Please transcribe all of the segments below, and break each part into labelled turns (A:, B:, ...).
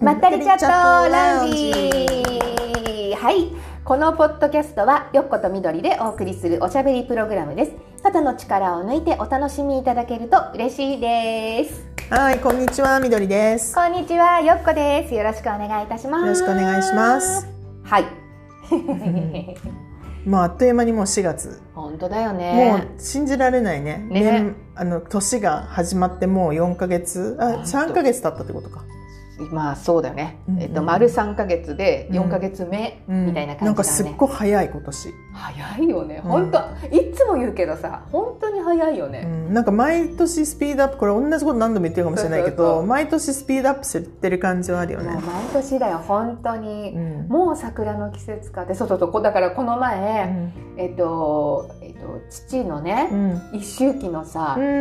A: まったりチャットラウンジはいこのポッドキャストはよっことみどりでお送りするおしゃべりプログラムです肩の力を抜いてお楽しみいただけると嬉しいです
B: はい、こんにちは、みどりです。よ
A: こんにちはよっこですよろしくお願いいたします
B: ろしくお願い します。
A: はい
B: まあ、あっという間にもう4月。
A: 本当だよ
B: も
A: ね
B: う信じられないね。
A: ね
B: 年あの年が始まってもう4ヶ月、
A: 本
B: あ、
A: 当
B: 3ヶ月経ったってことか。
A: まあそうだよね、
B: うんうん
A: えっと丸三ヶ月で四ヶ月目みたいな
B: な
A: 感
B: んか
A: じ
B: す
A: だ
B: っ
A: ね、
B: ごい早い今年。
A: 早いよね
B: うん
A: 本当、いつも言うけどさ本当に早いよ
B: う
A: ね、
B: ん、なんか毎年スピードアップ、これ同じこと何度も言ってるかもしれないけ
A: そうそうそ
B: ど、
A: う
B: 毎年スピードアップしてる感じはあるよ
A: もう
B: ね。
A: 毎年だよ本当に、
B: うん。
A: もう桜の季節かってそうそうそうこだからこの
B: う
A: 前、
B: ん
A: えっと、えっと、父の
B: う
A: ね、
B: ん。
A: 一周期のさ、
B: うん、もう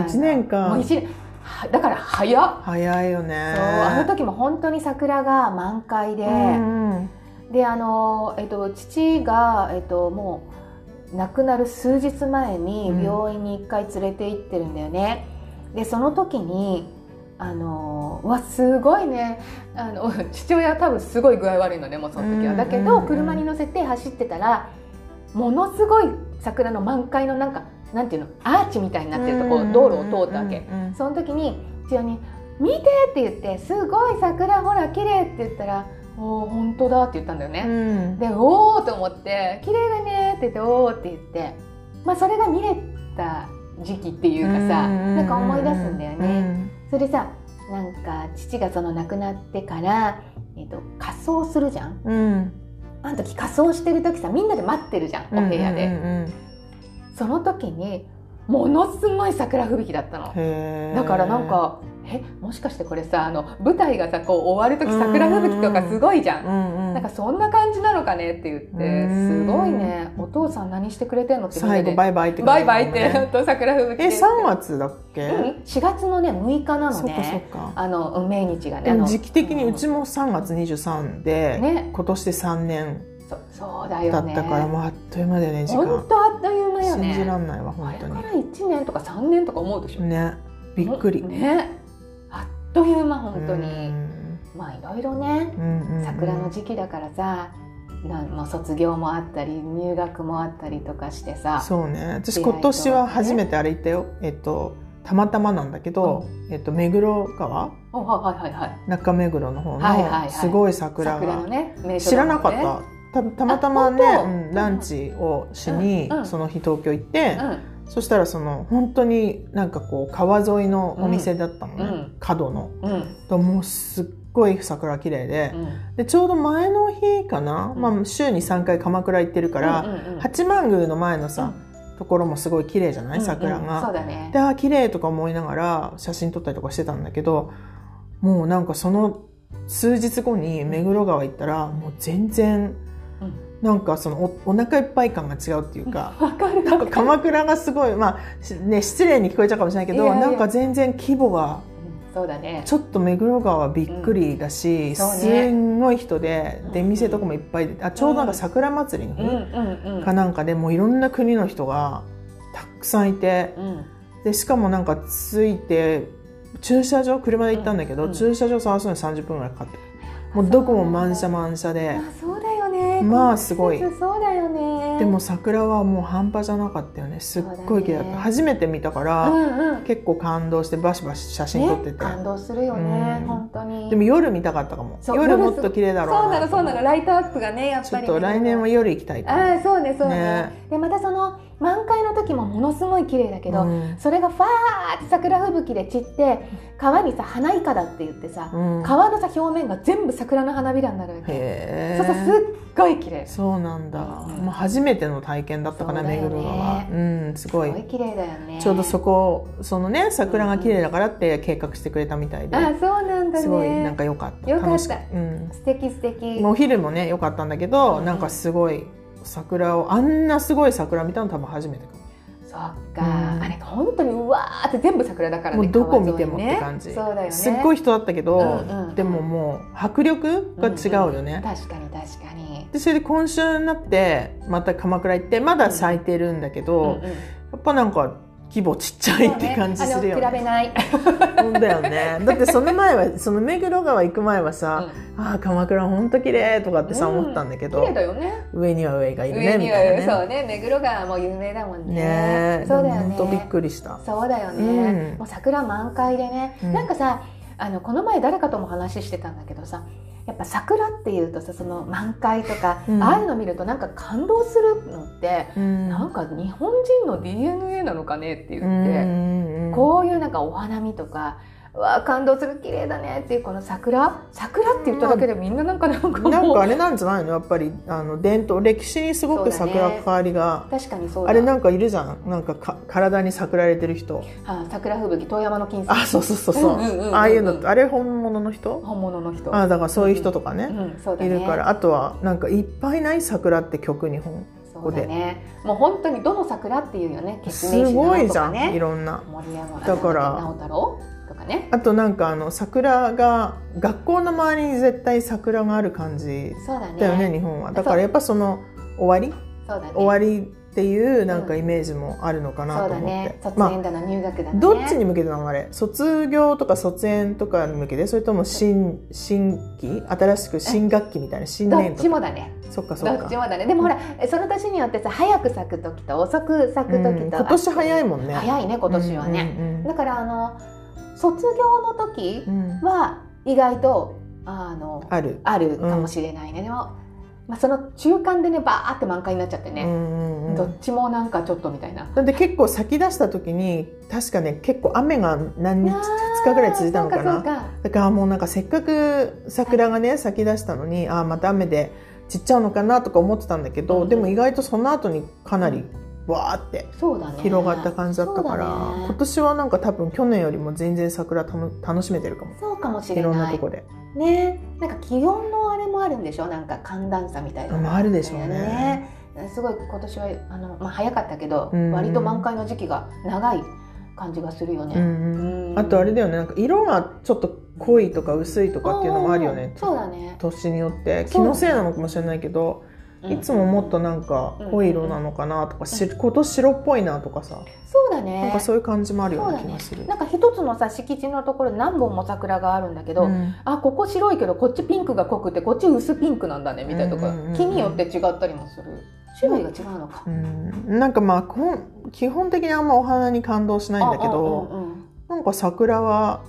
B: 1年
A: あのも
B: か
A: う。一年はだから早っ、
B: 早いよね。
A: そうあの時も本当に桜が満開で、
B: うんうん
A: であの、えっと、父が、えっと、もう亡くなる数日前に
B: うん
A: 病院に一回連れて行ってるんだよね。でその時にあのうわすごいねあの 父親は多分すごい具合悪いのねもうその時は。
B: うん
A: だけ
B: うん
A: ど
B: うん
A: 車に乗せて走ってたらものすごい桜の満開のなんかなんていうのアーチみたいになってるとこ
B: うん
A: 道路を通ったわけ。
B: うんうん
A: その時に父親に「見て!」って言って「すごい桜ほら綺麗って言ったら「おお本当だ」って言ったんだよね。
B: うん
A: で「おお!」と思って「綺麗だね」って言って「おお!」って言って、まあ、それが見れた時期っていうかさなんか思い出すんだよね。。それさなんか父がその亡くなってから、えっと仮装するじゃん
B: うんうん
A: あの時仮装してる時さみんなで待ってるじゃん
B: うん、
A: お部屋で、
B: うんうんうん
A: その時にものすごい桜吹雪だったの。
B: へー
A: だからなん、かえもしかしてこれさあの舞台がさこう終わる時桜吹雪とかすごいじゃん
B: う。んうん
A: なんかそんな感じなのかねって言って
B: う
A: す
B: ん
A: ごいねお父さん何してくれてんのってみんな
B: 最
A: で
B: 後バイバイって
A: バイ
B: 感じ
A: バ
B: だ
A: イ
B: も
A: っ
B: ん
A: て
B: ね
A: 本当桜吹雪
B: え
A: で
B: 三月だっけ、
A: うん4月のね6日なの
B: そっかそっ
A: ね
B: か
A: あのうん命日がね
B: で
A: あの
B: も時期的に
A: うん
B: うちも3月23で、
A: ね
B: 今年で3年
A: そそうだ
B: だ
A: よ
B: っ
A: ね
B: たから、もうあっという間だよね時
A: 本
B: 間、
A: 当あっという間よ
B: 信じ
A: ね
B: らんないわ
A: あ
B: 本
A: れ
B: 当
A: から
B: に
A: 1年とか3年とか思うでしょ
B: ねびっくり、
A: ねあっという間本当
B: う
A: に
B: ん
A: まあいろいろね
B: うんうん
A: 桜の時期だからさなんもう卒業もあったり入学もあったりとかしてさ
B: そうね私
A: 出会いと
B: 今年は初めてあれ行ったよ、えっとたまたまなんだけど、えっと目黒川
A: おはいはいはいはい
B: 中目黒の
A: は
B: 方
A: いはいはい
B: のすごい桜が、
A: 桜のね名所
B: 知らなかっ
A: だもんね
B: たたたまたまね
A: あ、本当
B: うんランチをしに、
A: うんうん
B: その日東京行って、そしたらその本当になんかこう川沿いのお店だったの
A: う
B: ね、
A: んうん
B: 角の
A: うんうん
B: ともうすっごい桜綺麗で,、
A: うん
B: でちょうど前の日かな、
A: うん
B: まあ、週に3回鎌倉行ってるか
A: う
B: ら、
A: んうんうん
B: 八幡宮の前のさ、ところもすごい綺麗じゃない桜
A: う
B: が、
A: んうんそうだね
B: であー綺麗とか思いながら写真撮ったりとかしてたんだけどもうなんかその数日後に目黒川行ったらもう全然
A: うん
B: なんかそのおお腹いっぱい感が違うっていうか。
A: わかる
B: なんか鎌倉がすごい、まあしね、失礼に聞こえちゃうかもしれないけど
A: いやいや
B: なんか全然規模が
A: うんそうだね
B: ちょっと目黒川はびっくりだし、
A: んそうね
B: すんごい人で
A: うん
B: 出店とかもいっぱいであちょうどなんか桜祭りの日、
A: うんうんうん
B: かなんかでもういろんな国の人がたくさんいて
A: うん
B: でしかもなんかついて駐車場車で行ったんだけど、
A: うんうん
B: 駐車場探すのに30分ぐらいかかってもうどこも満車満車で
A: まあそうだよね
B: まあすごい
A: この季節そうだよね
B: でも桜はもう半端じゃなかったよねすっごい綺麗だっ
A: そうだね
B: た、初めて見たか
A: う
B: ら、
A: んうん
B: 結構感動してバシバシ写真撮って
A: ね
B: て、
A: 感動するよね
B: うん
A: 本当に
B: でも夜見たかったかも
A: そう
B: 夜もっと綺麗だろ
A: そう
B: う
A: な
B: な
A: のそうなのライトアップがねやっ
B: ちょ
A: ぱり
B: っ
A: ね
B: と来年は夜行きたいと思う
A: ああそうねそうね
B: ね
A: でまたその満開の時もものすごい綺麗だけど、
B: うん
A: それがファーって桜吹雪で散って川にさ花いかだって言ってさ、
B: うん
A: 川のさ表面が全部桜の花びらになるわけ、
B: へえ
A: そうそうすっごい綺麗す
B: そうなんだ、
A: うん
B: まあ、初めての体験だったかな、
A: そうだ
B: 目
A: よね
B: 黒川うんすご
A: ご
B: い
A: い綺麗だよね
B: ちょうどそこそのね桜が綺麗だからって計画してくれたみたいで、
A: ああそうなんだね
B: すごいなんか良かった
A: よかった
B: 楽しかった、うん、
A: 素敵素敵
B: もうお昼もね良かったんだけど、なんかすごい桜をあんなすごい桜見たの多分初めてかも
A: そっか、
B: うん
A: あれ本当にうわーって全部桜だからね
B: もうどこ見て
A: 川沿い
B: もっ
A: ね
B: て感
A: そ
B: じ、
A: うだよね
B: すっご
A: い
B: い人だったけど、
A: うんうん
B: でももう迫力が違うよね、
A: 確かに確かに
B: でそれで今週になってまた鎌倉行ってまだ咲いてるんだけど、
A: うんうん
B: やっぱなんか規模ちっちゃいって感じするよ
A: そうねあの比
B: ね
A: べない、
B: そうだよねだってその前 はその目黒川行く前はさ、ああ鎌倉ほんと綺麗とかってさ
A: うん
B: 思ったんだけ
A: 綺
B: ど、
A: 麗だよね
B: 上には上がいるね
A: 上
B: み
A: に
B: たい
A: は
B: なね
A: そうね目黒川も有名だもんね
B: ねえ
A: そうだよ
B: ほんとびっ
A: ね
B: くりした
A: そうだよね、
B: うん
A: もう桜満開でね、
B: うん
A: なんかさあのこの前誰かとも話してたんだけどさやっぱ桜っていうとさその満開とか、
B: うん
A: ああいうの見るとなんか感動するのって
B: うん
A: なんか日本人の DNA なのかねって言って、
B: うん
A: こういうなんかお花見とかうわあ感動する綺麗だねっていうこの桜桜って言っただけでみんななんかなんかもう
B: なんかあれなんじゃないのやっぱりあの伝統歴史にすごく
A: そうだね
B: 桜関わりが、
A: 確かにそうだ
B: あれなんかいるじゃんなんかか体に桜られてる人
A: あ桜吹雪遠山の金星
B: あそうそうそうそう,、
A: うんうんうんうん
B: ああいうのあれ本物の人
A: 本物の人
B: あだからそういう人とかね、
A: うん、そうだ
B: い
A: ね
B: るからあとはなんかいっぱいない桜って曲日本
A: そうだねもう本当にどの桜っていうよね結
B: す
A: 明詩
B: ごい
A: のと
B: じゃ
A: か
B: んい
A: ね
B: ろんな
A: 森山
B: だから
A: 直太郎とかね
B: あとなんかあの桜が学校の周りに絶対桜がある感じ
A: そうだね
B: だよね日本はだからやっぱその終わり
A: そうだね
B: 終わりっていうなんか
A: うん
B: イメージもあるのか
A: そ
B: な
A: う
B: と
A: だ
B: 思っ
A: ね
B: て、
A: 卒
B: まあ
A: 園だの、入学だの、ね、
B: どっちに向けてなのあれ卒業とか卒園とかに向けてそれとも新新期新しく新学期みたいな新
A: どっ
B: 年
A: ち
B: とか
A: もだね
B: そっかそ
A: ど
B: っ
A: っち
B: か、
A: もだねでもほらえその年によってさ早く咲く時と遅く咲く
B: うん
A: 時と、
B: 今年早
A: い
B: いもんね
A: 早いね今年はね、
B: ね
A: だからあの卒業の時は意外とあの
B: ある
A: あるかもしれないね、でも、まあ、その中間でねバーって満開になっちゃって
B: う
A: ね、
B: んうんうん
A: どっちもなんかちょっとみたいな
B: だって結構先出した時に確かね結構雨が何日2日ぐらい続いたのか
A: そう
B: な
A: か
B: だからもうなんかせっかく桜がね咲き出したのにああまた雨で散っちゃうのかなとか思ってたんだけど、
A: うんうん
B: でも意外とその後にかなりわーって
A: そうかそうだね
B: 広がった感じだったから、
A: そう,、
B: 今年はなんか多分去年よりも全然桜たの楽しめてるかも
A: そうかもし
B: い
A: れ
B: ろんな
A: な
B: と
A: い
B: こで
A: ねなんか気温のあれもあるんでしょなんか寒暖差みたいなの
B: もあるでしょうね
A: ねすごい今年はあの、まあ、早かったけど、
B: うん
A: 割と満開の時期が長い感じがするよ
B: う
A: ね、
B: んうん
A: うん
B: あとあれだよねなんか色がちょっと濃いとか薄いと
A: と
B: かっていうのもあるよね
A: そうだね、
B: 年によって気
A: そうだね
B: のせいなのかもしれないけど、いつももっとなんか濃い色なのかなとか、し今年白っぽいなとかさ、
A: そうだね
B: なんかそういう感じもあるよ
A: そうう
B: な
A: だ
B: 気
A: ね
B: がする。
A: なんか一つのさ敷地のところに何本も桜があるんだけど、
B: うん
A: あここ白いけどこっちピンクが濃くてこっち薄ピンクなんだねみたいなとか、
B: うんうんうんうん
A: 木によって違ったりもする種類が違うのか、
B: うんなんかまあこん基本的にあんまお花に感動しないんだけど、
A: あうんうん
B: なんか桜は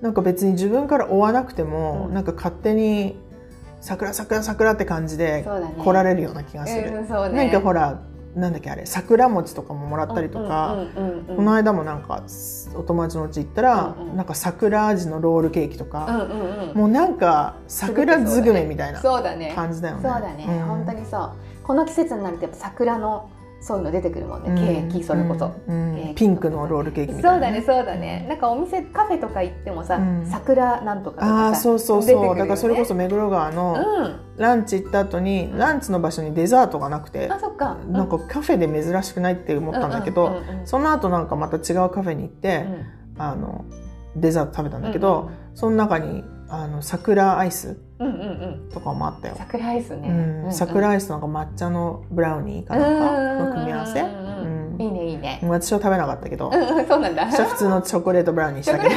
B: なんか別に自分から追わなくても、
A: うん
B: なんか勝手に桜桜桜って感じ
A: うん
B: で
A: そうだね
B: 来られるような気がする。
A: うんそうね
B: なんかほらなんだっけあれ桜餅とかももらったりとか、
A: うんうんうん
B: この間もなんかお友達の家行ったら、
A: うんうん
B: なんか桜味のロールケーキとか、
A: うんうんうん
B: もうなんか桜ずぐめみたいな
A: そうだね
B: 感じだよ
A: そ
B: ね。
A: うだね、
B: うん
A: 本当にそうこの季節になるとやっぱ桜のそういうの出てくるもんね、
B: うん
A: ケーキそれこそ、
B: うん
A: ケーキ
B: ピンクのロールケーキ
A: そう
B: みたいな
A: だ
B: ね、
A: ねそうだねなんかお店カフェとか行ってもさ、
B: うん
A: 桜なんとかとか
B: あ
A: さ
B: あそうそう
A: 出て
B: そう、
A: くるよね
B: だからそれこそ目黒川の
A: う
B: ランチ行った後に、
A: うん
B: ランチの場所にデザートがなくて
A: ん、あそっか
B: なんかカフェで珍しくないって思ったんだけど、
A: うんうんうんうん
B: その後なんかまた違うカフェに行って、あのデザート食べたんだけど、その中にあの桜アイス
A: うんうんうん
B: とかもあったよ、
A: 桜アイスね、
B: うん桜アイスとなんか抹茶のブラウニーかなんかの組み合わせ、
A: うんうんうんうん
B: うん
A: いいねいいね
B: 私は食べなかったけど、
A: うんうんそうなんだ
B: 私は普通のチョコレートブラウニーし たけど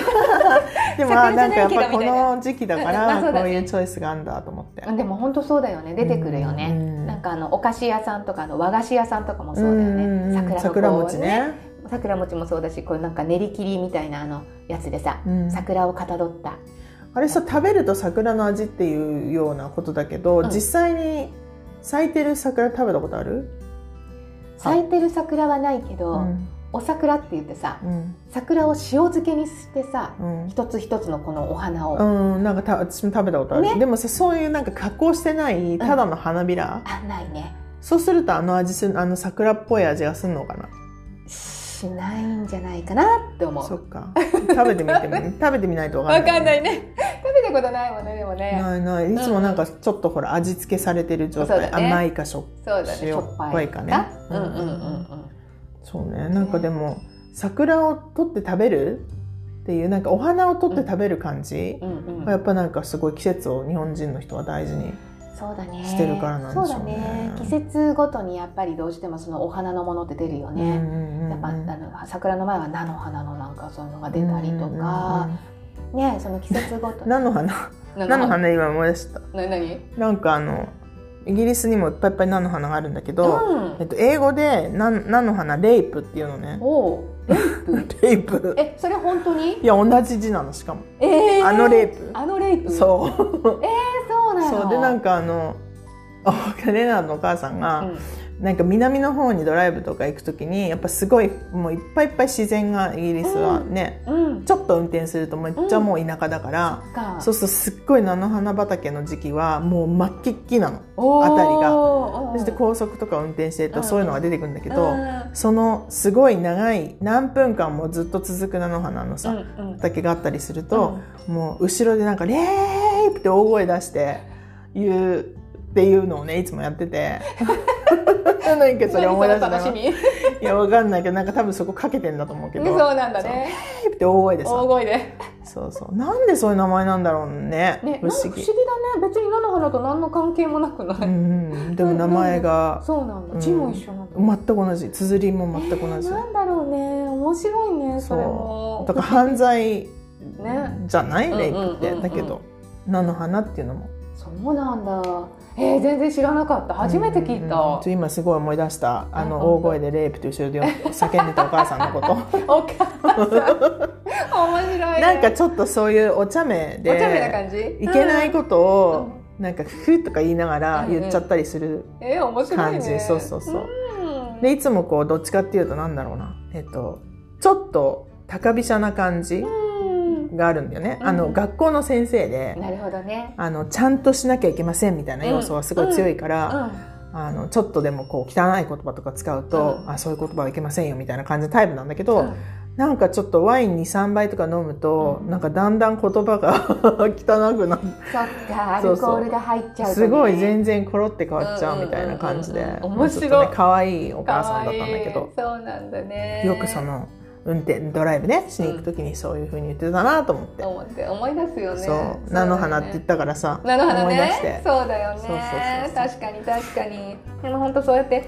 B: でもあ
A: 桜じ
B: な
A: ゃ
B: ん
A: な
B: かや
A: い
B: っ
A: けど
B: ぱこ
A: みたいな
B: の時期だか
A: うんまあ
B: ら
A: そうだね
B: こういうチョイスがあるんだと思って
A: でも本当そうだよね出てくるよね、
B: うん
A: なんかあのお菓子屋さんとかあの和菓子屋さんとかもそうだよ
B: うん
A: ね
B: うんうん
A: のこう
B: 桜餅ね
A: 桜餅もそうだしこういうなんか練り切りみたいなあのやつでさ、
B: うん
A: 桜をかたどった
B: あれさ食べると桜の味っていうようなことだけど
A: うん
B: 実際に咲いてる桜食べたことある
A: 咲いてる桜はないけど、
B: うん
A: お桜って言ってさ
B: うん
A: 桜を塩漬けにしてさ
B: うん
A: 一つ一つのこのお花を、
B: うんなんかた私も食べたことある、
A: ね
B: でもさそういうなんか加工してないただの花びら、
A: あないね
B: そうするとあの味するあの桜っぽい味がするのかな
A: しないんじゃないかなって思う
B: そっか食べてみても 食べてみないとわか
A: わ
B: んない
A: かんないね食べたことないものでもね
B: ないないいつもなんかちょっとほら味付けされてる状
A: そう
B: 態、
A: だね
B: 甘いかしょ
A: そうだねし
B: 塩
A: ょ
B: っ
A: っぱい
B: ぽいかね
A: うんうんうんうん
B: そうねなんかでも桜を取って食べるっていうなんかお花を取って食べる感じ
A: うんうん
B: やっぱなんかすごい季節を日本人の人は大事に
A: そうだね
B: してるからなんでしょうね
A: そうだね季節ごとにやっぱりどうしてもそのお花のものって出るよ
B: うん
A: ね、
B: うんうん
A: やっぱあの桜の前は菜の花のなんかそういうのが出たりとか、、ねその季節ごと
B: うんうんうん菜の花菜の花今思い出した
A: な何
B: なんかあのイギリスにもいっぱいいっぱい菜の花があるんだけど、えっ
A: ん
B: と、英語で菜菜の花レイプっていうのね
A: おうレイプ
B: レイプ
A: えそれ本当に
B: いや同じ字なのしかも
A: えー
B: あのレイプ
A: あのレイプう
B: そう
A: えそうなの
B: そうでなん
A: か、
B: かあのあレナードのお母さん
A: う
B: が、
A: ん
B: なんか南の方にドライブとか行く時にやっぱすごいもういっぱいいっぱい自然がイギリスはね、
A: うん、
B: ちょっと運転するとめっちゃもう田舎だから、
A: か
B: そうそうすっごい菜の花畑の時期はもう真っ黄っきなの、
A: あ
B: たりが
A: そ
B: そして高速とか運転してる
A: う
B: と
A: ん
B: そういうのが出てくるんだけ
A: う
B: ど、
A: ん
B: そのすごい長い何分間もずっと続く菜の花のさ、
A: うんうん
B: 畑があったりすると、もう後ろでなんか「レーイ!」って大声出して言うっていうのをねいつもやってて なんかそれ思い出し
A: 何
B: た
A: その楽
B: な
A: し
B: いやわかんないけどなんか多分そこかけてんだと思うけ
A: み
B: ど
A: そう
B: レ
A: なんだね
B: ーイって大声で
A: 大
B: さ
A: 声で
B: そうそうなんでそういう名前なんだろうね
A: ね、
B: 不
A: なんか
B: 思
A: 不思議
B: 議
A: だね別に菜の花と何の関係もなくな
B: う
A: い、
B: んうんでも名前が
A: そうなん
B: う
A: だ
B: ん
A: 字も一緒なんだ、
B: 全く同じ綴りも全く同じ、
A: えーなんだろうね面白いねそれ
B: そ
A: も
B: うだから犯罪
A: ね
B: じゃない、
A: うん
B: レイプって、
A: うんうんうん
B: だけど菜の花っていうのも
A: そうなんだえー、全然知らなかった初めて聞いた、
B: うんうんうん今すごい思い出したあ
A: あ
B: の
A: 本
B: 大
A: 当
B: 声でレイプと後ろで叫んでたお母さんのこと
A: お母さん面白いね
B: なんかちょっとそういうお茶目で
A: お茶目な感じ
B: いけない
A: と、
B: ことを、なんかふーとか言いながら言っちゃったりする
A: うんえー、面白いね
B: 感じ、そうそうそう、
A: うん
B: でいつもこうどっちかっていうとなんだろうなえっとちょっと高飛車な感じ
A: うん
B: があるんだよね、あ
A: うん
B: の学校の先生で、
A: なるほどね
B: あのちゃんとしなきゃいけませんみたいな要素はすごい強いから、
A: う
B: あのちょっとでもこう汚い言葉とか使うと、
A: うん
B: あそういう言葉はいけませんよみたいな感じのタイプなんだけ
A: ん
B: ど、
A: うん
B: なんかちょっとワイン23杯とか飲むと、なんかだんだん言葉が 汚くなっ
A: そっかア
B: そ
A: ル
B: うそう
A: コールが入っちゃうと、
B: て
A: ね、
B: すごい全然コロって変わっちゃ
A: うん
B: う
A: うん
B: みたいな感じで、
A: うんうんうん
B: もうちょっと
A: 面白い
B: ね可愛いお
A: かわ
B: 母さんだったんだけ
A: いい
B: ど、
A: そうなんだね
B: よくその運転ドライブねしに行く時にそういう風に言ってたなと思って、
A: 思って思い出すよね
B: そう菜の花って言ったからさ、
A: 菜の花
B: 思い出し
A: ね
B: て。
A: そうだよね
B: そうそうそうそう
A: 確かに確かにでも本当そうやって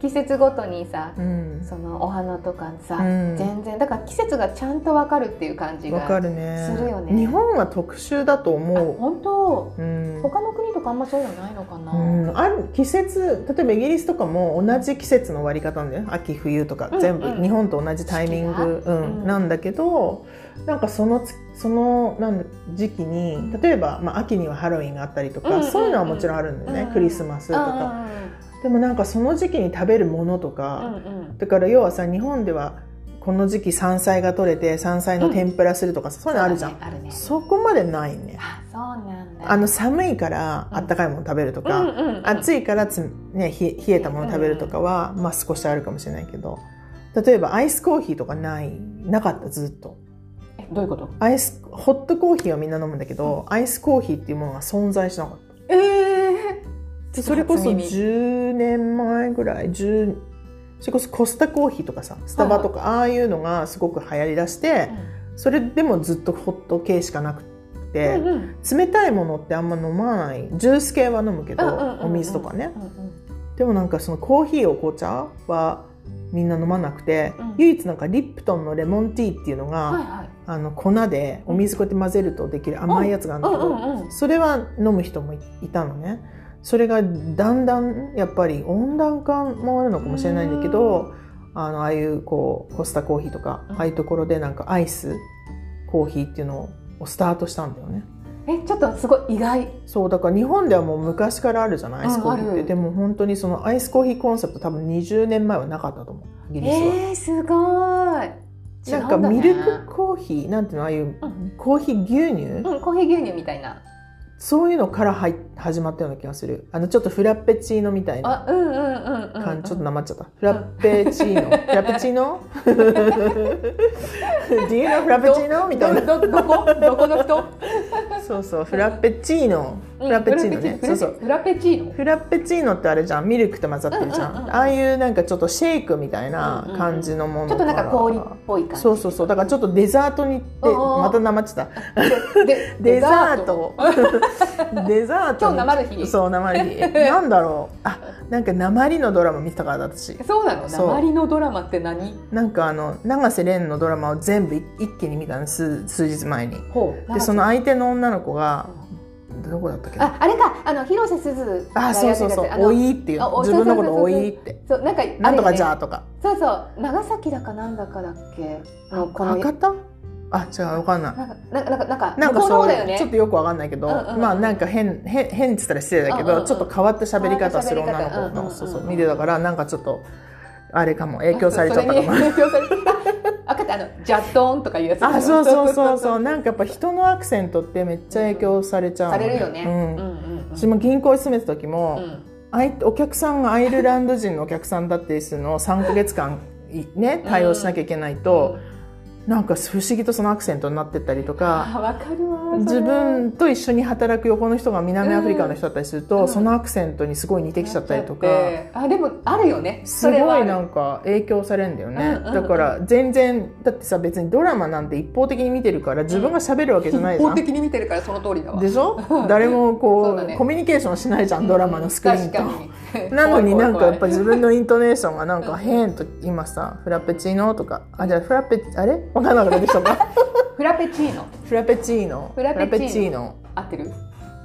A: 季節ごとにさ、
B: うん
A: そのお花とかさ、
B: うん
A: 全然だから季節がちゃんとわかるっていう感じが
B: わかるね
A: するよね
B: 日本は特殊だと
A: あ
B: 思
A: 本当
B: う、うん、
A: 他の国とかあんまそうじゃないのかな、
B: うん、ある季節例えばイギリスとかも同じ季節の割り方なんだよね秋冬とか
A: うん
B: 全部、
A: うん
B: 日本と同じタイミング
A: 時、
B: う
A: うん
B: ん、なんだけどなんかそのつそのなんだ時期に例えば、まあ、秋にはハロウィンがあったりとか、
A: うんうんうん
B: そういうのはもちろんあるんだよね、
A: うん
B: クリスマスとか、
A: う
B: でもなんかその時期に食べるものと
A: ん
B: か、
A: うんうんうん
B: だから要はさ日本ではこの時期山菜が取れて山菜の天ぷらするとかさ、そういうのあるじゃん
A: そうだねあるね
B: そこまでないね
A: あそうなんだ
B: あの寒いからあったかいもの食べるとか、
A: うんうんうん
B: 暑いからつ、ね、冷え冷えたもの食べるとかは、まあ、少しあるかもしれないけど例えばアイスコーヒーとかないなかったずっと
A: えどういうこと
B: アイスホットコーヒーはみんな飲むんだけど、アイスコーヒーっていうものが存在しなかっ
A: ええ
B: たそれこそ
A: 初耳
B: 10年前ぐらい10それこそコスタコーヒーとかさスタバとか、ああいうのがすごく流行りだして、それでもずっとホット系しかなくて、
A: うんうん
B: 冷たいものってあんま飲まないジュース系は飲むけど、
A: うんうんうんうん
B: お水とかね、
A: うんうん
B: でもなんかそのコーヒーを紅茶はみんな飲まなくて、
A: うん
B: 唯一なんかリプトンのレモンティーっていうのが、
A: はいはい
B: あの粉でお水こうやって混ぜるとできる甘いやつがあるんだけど、
A: うんうんうん
B: それは飲む人もいいたのねそれがだんだんやっぱり温暖化もあるのかもしれないんだけどあのああいうこうコスタコーヒーとか、
A: うん
B: ああいうところでなんかアイスコーヒーっていうのをスタートしたんだよね
A: えちょっとすごい意外
B: そうだから日本ではもう昔からあるじゃないアイスコーヒーっ
A: うんあ
B: て、
A: る
B: でも本当にそのアイスコーヒーコンセプト多分20年前はなかったと思うイギリスは、
A: えー、すごい違
B: なんか
A: うんだね
B: ミルクコーヒーなんていうのああいう
A: うん
B: コーヒー牛乳、
A: うん、コーヒー牛乳みたいな
B: そういうのから入っ始まったような気がするあのちょっとフラペチーノみたいな
A: あうんうんうんうん、
B: 感じちょっと
A: っ
B: なまっちゃったフラペチ ーノフラペチーノ Do you know フラペチーノみたいな
A: どどどこどこの人
B: そうそうフラペチーノ、フラペチーノね
A: フ
B: そ
A: ラペチーノ
B: うそう
A: フラペチーノ
B: フラペチーノってあれじゃんミルクと混ざってるじゃん,、
A: うんうんうん
B: ああいうなんかちょっとシェイクみたいな感じのもの
A: ちょっとなんか氷っぽい感じ
B: そうそうそうだからちょっとデザートにって
A: おー
B: またなまってた
A: で
B: デザートデザート
A: 今日なまる日
B: そうなまる日なんだろうあなんかなまりのドラマ見てたからだ私
A: そうなの
B: そう
A: 鉛のドラマって何
B: なんかあの永瀬廉のドラマを全部い一気に見たの数数日前に
A: ほう
B: でその相手の女の子が
A: うん
B: どこだったっけな
A: ああれかあの広瀬すずが
B: あ
A: や
B: そ
A: っ
B: う
A: てる
B: そう
A: やつ
B: そう
A: あ
B: 「
A: の
B: おい」っていう
A: あお
B: 自分のこと
A: そう
B: 「
A: そう
B: お
A: そうそう
B: い」って
A: そうなんかあれよ
B: 「
A: ね
B: なんとかじゃ」とか
A: そうそう長崎だかなんだかだっけのこの
B: 博多あ違うわかんない
A: なんかなんかなんかなんか
B: なん
A: 向
B: か
A: こうの
B: そ
A: 方
B: う
A: だよね
B: ちょっとよくわかんないけど、
A: うんうんうん
B: まあなんか変変変って言ったら失礼だけど、
A: うんうんうん
B: ちょっと変わった喋り方する女の子
A: うんうんうん
B: のそうそう見てたからなんかちょっとあれかも影響されちゃったか
A: そ。
B: も
A: れに影響されたあ分かったあのジャッドーンとかいうやつ
B: あそうそうそうそうなんかやっぱ人のアクセントってめっちゃ影響されちゃう
A: さ
B: の
A: れるよね
B: う
A: うんう
B: ん
A: んうん
B: 私も銀行に住めた時
A: う
B: も、
A: ん
B: あいお客さんがアイルランド人のお客さんだっていうのを3か月間いね対応しなきゃいけないと、なんか不思議とそのアクセントになってったりとか、
A: あ分かるわそれ
B: 自分と一緒に働く横の人が南アフリカの人だったりすると、
A: うん
B: そのアクセントにすごい似てきちゃったりとか、
A: あでもあるよね
B: す
A: それは
B: ご
A: あ
B: い
A: る
B: なんか影響されるんだよね、
A: うんうんうん
B: だから全然だってさ別にドラマなんて一方的に見てるから自分が喋るわけじゃない
A: 一
B: じゃ
A: 方
B: ん、
A: 的に見てるからその通りだわ
B: でしょ誰もこ
A: そう
B: う
A: だね
B: コミュニケーションしないじゃんドラマのスクリーンと。
A: 確かに
B: なのになんかやっぱ
A: り
B: 自分のイントネーションがな
A: う
B: ん
A: ん
B: か変と今さフラペチーノとかあじゃあフラペあれわかんなくなってきた か
A: フラペチーノ
B: フラペチーノ
A: フラペチーノ
B: ノ
A: 合ってる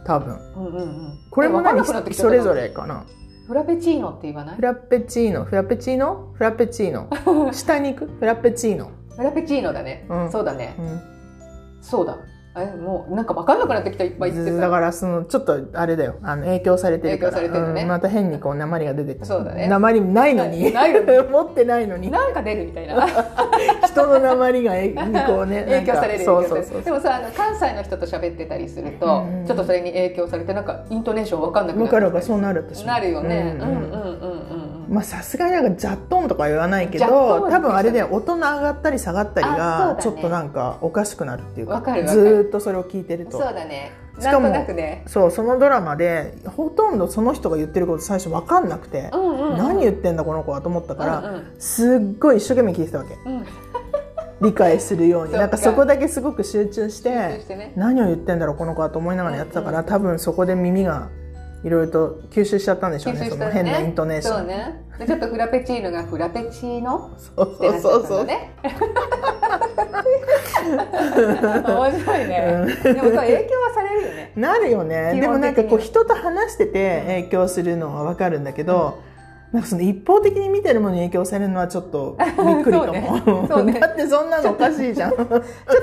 B: 多分
A: うんうんうん
B: これも
A: わかん
B: 何
A: なくなってきちゃっ
B: そ
A: たな
B: れぞれかな
A: フラペチーノって言わない
B: フラペチーノフラペチーノフラペチーノ 下に行くフラペチーノ、
A: フラペチーノだね、
B: うん
A: そうだね
B: うん
A: そうだえもうなんか分かんなくなってきたいっぱい言って
B: だ
A: た
B: からそのちょっとあれだよあの影響されてるから
A: 影響されてるね
B: うんまた変にこう鉛が出てくる
A: そうだね
B: 鉛ないのに
A: ないない
B: 持ってないのに
A: なんか出るみたいな
B: 人の鉛がえに こう ね
A: 影響される影
B: なん
A: 響
B: か
A: さ
B: そ
A: れ
B: う
A: る
B: そうそう
A: でもさあの関西の人と喋ってたりすると、
B: うんうん
A: ちょっとそれに影響されてなんかイントネーション分かんなくな
B: わかるわ
A: る
B: かるそうなる私も
A: なるよね、
B: う
A: うんん、
B: う
A: うんんうんうんうん
B: まあさすがになんかジャットンとか言わないけ
A: ジャット
B: ど
A: ン
B: 多分あれで大人上がったり下がったりが
A: あ
B: ち
A: そ
B: ょ
A: うだ
B: っ
A: ね
B: となんかおかしくなるっていう
A: わかるわか
B: ず
A: る
B: ーっとそれを聞いてると
A: そうだね
B: し
A: な
B: か
A: ん
B: も
A: となくね
B: そうそのドラマでほとんどその人が言ってること最初分かんなくて、
A: うんうんうん
B: 何言ってんだこの子はと思ったから、
A: うんうん
B: すっごい一生懸命聞いてたわけ
A: うん
B: 理解するように
A: そう
B: なんかそこだけすごく集中し
A: 集中
B: て
A: してね
B: 何を言ってんだろうこの子はと思いながらやってたから、多分そこで耳がいろいろと吸収しちゃったんでしょう
A: 吸
B: ね
A: 収
B: そ
A: し
B: の
A: た
B: 変なイントネーショ
A: そう
B: ン
A: ねでちょっとフラペチーノがフラペチーノ
B: そう
A: ってなっちゃったんだ
B: う
A: ね。面白いね。でもそう影響はされるよね。
B: なるよね
A: 基本的に
B: でもなんかこう人と話してて影響するのは分かるんだけど、なんかその一方的に見てるものに影響されるのはちょっとびっくりか
A: そ
B: も、
A: うねそうね
B: だってそんなのおかしいじゃん、
A: ちょっ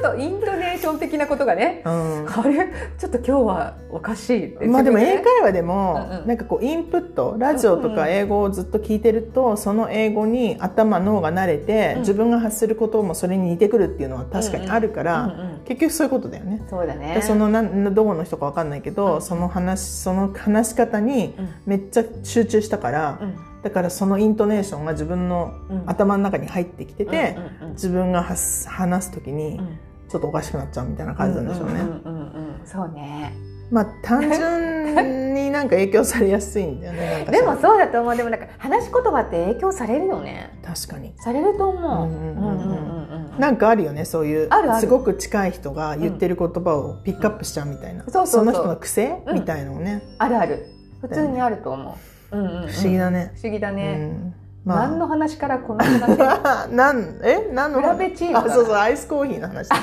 A: とイントネーション的なことがね。
B: う
A: あれちょっと今日はおかしいって。
B: ん、まあでも英
A: 自分
B: 会話でも
A: うんうん
B: なんかこうインプットラジオとか英語をずっと聞いてるとその英語に頭脳が慣れて
A: うん
B: 自分が発することもそれに似てくるっていうのは確かにあるか
A: でね
B: ら
A: うんうん
B: 結局そういうことだよね。
A: そうだね
B: で。そのなんどこの人かわかんないけど、
A: うん
B: その話その話し方に
A: うん
B: めっちゃ集中したから、だからそのイントネーションが自分の
A: うん
B: 頭の中に入ってきてて、
A: うんうんうん
B: 自分が発す話す時に
A: うん
B: ちょっとおかしくなっちゃうみたいな感じなんでしょうね。
A: うんうんうんうんそうね。
B: まあ単純になんか影響されやすいんだよね。 なんか
A: でもそうだと思う。でもなんか話し言葉って影響されるよね。
B: 確かに。
A: されると思う。
B: うんうんうんうん
A: うんうん
B: なんかあるよねそういう
A: あるある
B: すごく近い人が言ってる言葉をピックアップしちゃうみたいな、
A: んそうそうそう
B: の人の癖、
A: うん
B: みたいのをね
A: あるある。普通にあると思う。うんうんうん
B: 不思議だね。
A: 不思議だ
B: う
A: ね。
B: ん
A: 何の話からこの話
B: なんえ何の
A: フラペチーノだ
B: あそうそうアイスコーヒーの話
A: そう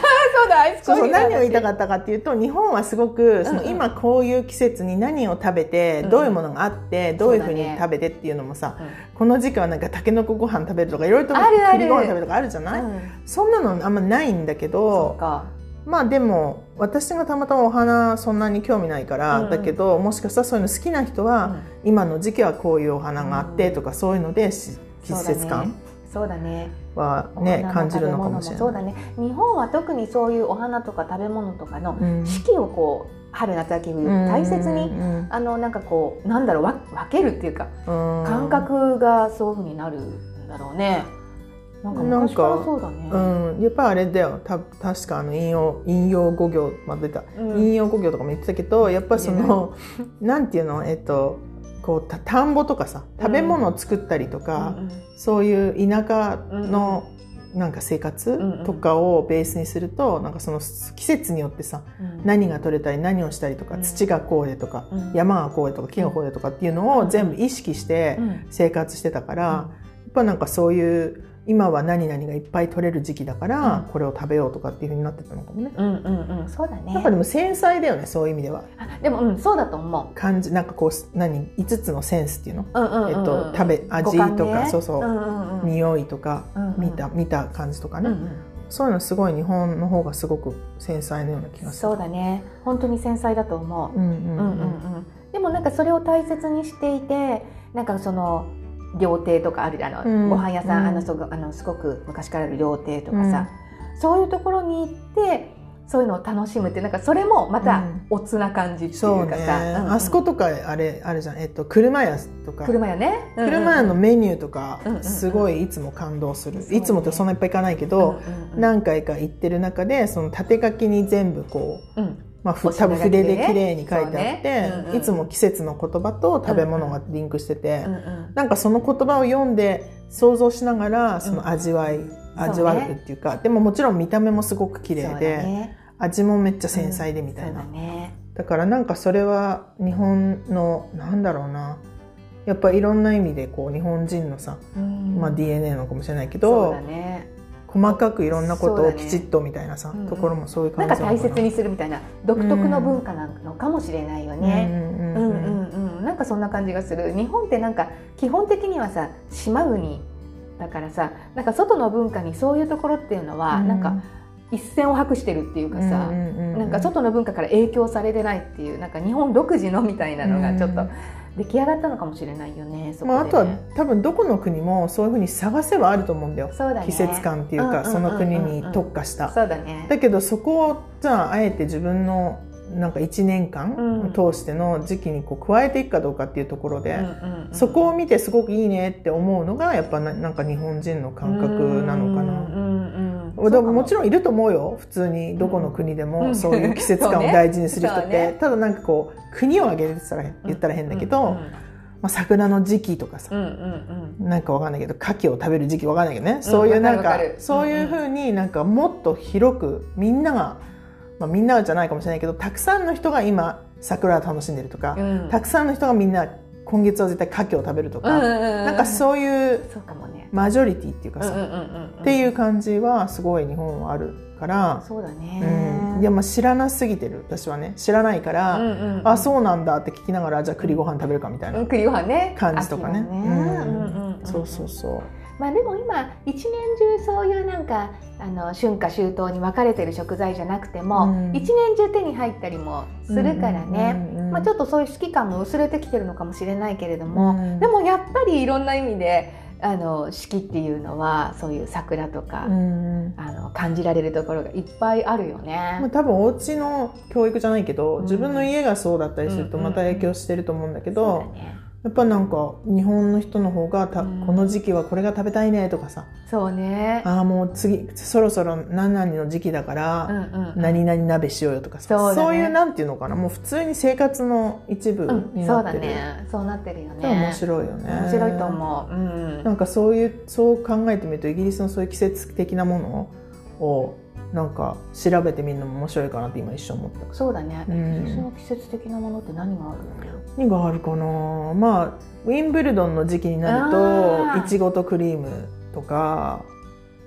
A: だアイスコ
B: そ
A: ー
B: う
A: ヒー
B: そう何を言いた
A: か
B: かったかっていうと日本はすごくその、
A: うんうん
B: 今こういう季節に何を食べて、
A: うん
B: どういうものがあってどういうふう
A: そ
B: に
A: うだね
B: 食べてっていうのもさ、
A: うん
B: この時期はなんかたけのこご飯食べるとかいろいろと
A: あるある
B: 栗ご飯食べるとかあるじゃない、
A: うん
B: そんなのあんまないんだけ
A: そ
B: ど
A: うか
B: まあでも私がたまたまお花そんなに興味ないから、
A: うんうん
B: だけどもしかしたらそういうの好きな人は、今の時期はこういうお花があってとか、そういうのでし季節感
A: そうだね
B: は
A: そうだ
B: ね
A: ね
B: 感じるのかもしれない。
A: お花の食べ物もそうだね日本は特にそういうお花とか食べ物とかの
B: うん
A: 四季をこう春夏秋冬大切
B: う
A: に
B: ん
A: あのなんかこうなんだろうわ分けるっていうか
B: うん
A: 感覚がそういうふうになるんだろうねなんか昔からそうだね。
B: うん、やっぱりあれだよた確かあの引用引用語行まあ出た、
A: うん
B: 引用語行とかも言ってたけどやっぱりそのなんていうのえっとこうた田んぼとかさ食べ物を作ったりとか、
A: うんうん
B: そういう田舎のなんか生活とかをベースにすると、なんかその季節によってさ
A: うん
B: 何が取れたり何をしたりとか、
A: うん
B: 土がこうでとか、
A: うん
B: 山がこうでとか木がこうでとかっていうのを全部意識して
A: うん
B: 生活してたから、やっぱなんかそういう今は何々がいっぱい取れる時期だから、
A: うん
B: これを食べようとかっていうふうになってたのかもね。
A: うんうんうんそうだね
B: なんかでも繊細だよねそういう意味では
A: あでもうんそうだと思
B: 感じなんかこう何5つのセンスっていうの、
A: ううんうんうん
B: えっ
A: うん
B: と食べ味
A: 五感ね
B: とかそうそう、
A: うんうんうん
B: 匂いとか
A: うんうん
B: 見た見た感じとか
A: うん
B: ね、
A: う
B: そういうのすごい日本の方がすごく繊細なような気が
A: ん
B: する
A: そうだね本当に繊細だと思
B: うんう
A: うう
B: んう
A: んうん
B: ん
A: うんでもなんかそれを大切にしていてなんかその料亭とかあるあの、
B: うん
A: ご飯屋さん、
B: うん
A: あのそごあのすごく昔からある料亭とかさ、そういうところに行ってそういうのを楽しむってなんかそれもま
B: う
A: た
B: ん
A: おつな感じってい
B: そう
A: う
B: ね
A: かさ、うんうん
B: あそことかあれあるじゃんえっと車屋とか
A: 車屋ね
B: 車屋のメニューとか
A: うんうんうん
B: すごいいつも感動する、
A: そうね
B: いつもってそんないっぱい行かないけど、何回か行ってる中でその縦書きに全部こう、
A: うんうん
B: まあ、ふ
A: お品
B: 多
A: 書き
B: 分
A: ね
B: 筆で綺麗に書いてあって、
A: そうねうんうん
B: いつも季節の言葉と食べ物がリンクしてて、
A: うんうん
B: なんかその言葉を読んで想像しながらその味わい、味わうっていうかでももちろん見た目もすごく綺麗
A: そうだ
B: で、
A: ね
B: 味もめっちゃ繊細でみたいな、
A: そうだね
B: だからなんかそれは日本のなんだろうなやっぱいろんな意味でこう日本人のさ、
A: うん
B: まあ、DNA なのかもしれない
A: そ
B: け
A: う
B: ど、
A: だね
B: 細かくいろんな
A: そ
B: こと
A: う
B: を
A: だね
B: きちっとみたいなさ、
A: うんうん
B: ところもそういう
A: な
B: 感
A: んか
B: じな
A: 大
B: の
A: 切にするみたいな独特の文化なのかもしれないよね。
B: う
A: う
B: んうん
A: ん
B: う
A: うん
B: うん
A: んうん、なんかそんな感じがする日本ってなんか基本的にはさ島国だからさなんか外の文化にそういうところっていうのは、なんか一線を博してるっていうかさ、
B: うんうんうん
A: なんか外の文化から影響されてないっていうなんか日本独自のみたいなのがちょっと出来上がったのかもしれないよね。そこでね
B: まあ、あとは多分どこの国もそういうふうに探せばあると思うんだよ
A: そうだね
B: 季節感っていう
A: うんうんうん
B: か
A: うん
B: その国に特化した
A: そうだね。
B: だけどそこをじゃああえて自分のなんか1年間
A: う
B: 通しての時期にこう加えていくかどうかっていうところで、
A: うんうんうん
B: そこを見てすごくいいねって思うのがやっぱななんか日本人の感覚なのか
A: うん
B: な。
A: うんうん
B: だからもち
A: ろん
B: ろんいると思うよ普通にどこの国で
A: う
B: も
A: ん
B: そういう季節感を
A: そうね
B: 大事にする人っ
A: そ
B: て、
A: うね
B: ただなんかこう国を挙げるって言ったら言ったら変だけど、
A: うん
B: まあ、桜の時期とかさ、
A: うんうん
B: なんかわかんないけど牡蠣を食べる時期わかんないけどね、そういうなん
A: わ
B: か
A: かるわかる
B: そういうふうになんかもっと広くみんなが、まあ、みんなじゃないかもしれないけどたくさんの人が今桜を楽しんでるとか、
A: うんうん
B: たくさんの人がみんな今月は絶対牡蠣を食べるとか、
A: な
B: なんかそういう
A: そうかもね。
B: マジョリティっていうかさ、
A: っ
B: っていう感じはすごい日本はあるから、
A: そうだね。
B: うん、でも知らなすぎてる私はね知らないから、あ
A: あ
B: そうなんだって聞きながらじゃあ栗ご飯食べるかみたいな、
A: 栗ご飯ね
B: 感じとかね
A: 秋だ
B: うん
A: うんうんん
B: そうそうそう。
A: まあでも今一年中そういうなんかあの春夏秋冬に分かれてる食材じゃなくて
B: う
A: も
B: ん
A: 一年中手に入ったりもするからね。
B: うんうんうん
A: まあちょっとそういう好き感も薄れてきてるのかもしれないけれども、
B: うん
A: でもやっぱりいろんな意味であの四季っていうのはそういう桜とか、
B: うん
A: あの感じられるところがいっぱいあるよね。
B: まあ、多分お家の教育じゃないけど、
A: うん
B: 自分の家がそうだったりすると
A: うんうんう
B: ま
A: ん
B: た影響してると思うんだけど、
A: そうだね。
B: やっぱなんか日本の人の方がた、
A: うん
B: この時期はこれが食べたいねとかさ、
A: そうね。
B: ああもう次そろそろ何々の時期だから、
A: うんうん。
B: 何々鍋しようよとかさ
A: そうだね
B: いうなんていうのかなもう普通に生活の一部
A: うん、
B: に
A: そ
B: な
A: う
B: っ
A: だ
B: てる、
A: ね。そうなってるよね。
B: でも面白いよね
A: 面白いと思う。うん。
B: なんかそういうそう考えてみるとイギリスのそういう季節的なものをなんか調べてみるのも面白いかなって今一瞬思った。
A: そうだね。
B: うん
A: その季節的なものって何があるんだろう。
B: 何があるかなまあウィンブルドンの時期になる
A: あ
B: と
A: ー
B: いちごとクリームとか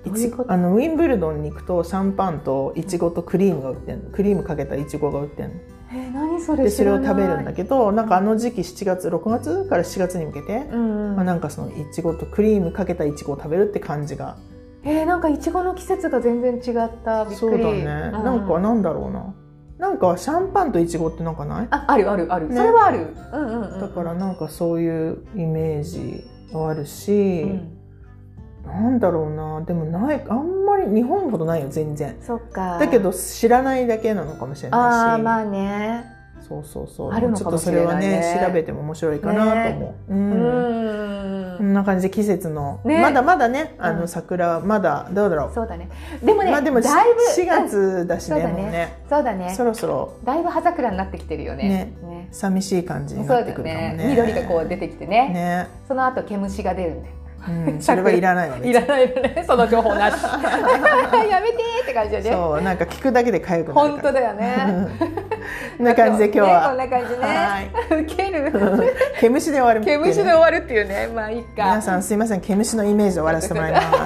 A: どういうこと
B: いちあのウィンブルドンに行くとシャンパンといちごとクリームが売ってんのクリームかけたいちごが売ってんの
A: えー、何それ
B: で
A: 知
B: それ
A: ら
B: を
A: ない。
B: 食べるんだけどなんかあの時期7月6月から7月に向けて、
A: うん、
B: まあ、なんかそのいちごとクリームかけたいちごを食べるって感じが
A: えー、なんかいちごの季節が全然違った。びっくり。
B: そうだね、
A: う
B: なんかなんだろうななんかシャンパンといちごってなんかない
A: あ、あるあるある。
B: ね
A: それはある。うんうん、うん。
B: だからなんかそういうイメージはあるし、
A: うん、
B: なんだろうなでもないあんまり日本ほどないよ全然
A: そっか。
B: だけど知らないだけなのかもしれ
A: あ
B: ない
A: ー
B: し、
A: まあね
B: そうそうそう
A: あるの
B: ちょ
A: か
B: っ
A: も
B: と
A: し
B: そ
A: れ
B: れ
A: な
B: はい
A: ね
B: ね調べても面白いかなと思う、う
A: うんん
B: こんな感じで季節の、
A: ね
B: まだまだねあ
A: うん
B: の桜はまだどうだろう
A: そうだねでもね、
B: まあでもし
A: だいぶ
B: 4月だしね,、
A: うんそうだね
B: もうね
A: うんそうだね
B: そろそろ
A: だいぶ葉桜になってきてるよねね
B: 寂しい感じ
A: そう
B: にな
A: だ
B: ってく
A: よ
B: るかも
A: ね
B: ね
A: 緑がこう出てきてね
B: ね、
A: その後毛虫が出るんだよ
B: うん、それはいらないわ
A: いらないよ ねその情報なし やめてーって感じでね
B: そうなんか聞くだけで痒くなる
A: 本
B: か
A: 当
B: ら
A: だよね
B: こんな感じで今日は、
A: ねこんな感じね
B: はい
A: 受ける
B: 毛虫で終わるってい
A: 毛
B: うね
A: 虫で終わるっていうねまあいいか
B: 皆さんすいません毛虫のイメージで終わらせてもら います
A: 確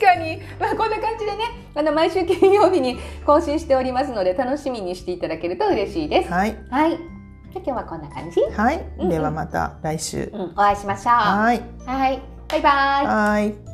A: かに、まあ、こんな感じでねあの毎週金曜日に更新しておりますので楽しみにしていただけると嬉しいです。
B: はい
A: はい、じゃあ今日はこんな感じ、
B: はい
A: うんうん
B: ではまた来週
A: うん、お会いしましょう。
B: はい
A: はい、バイバイ。
B: はい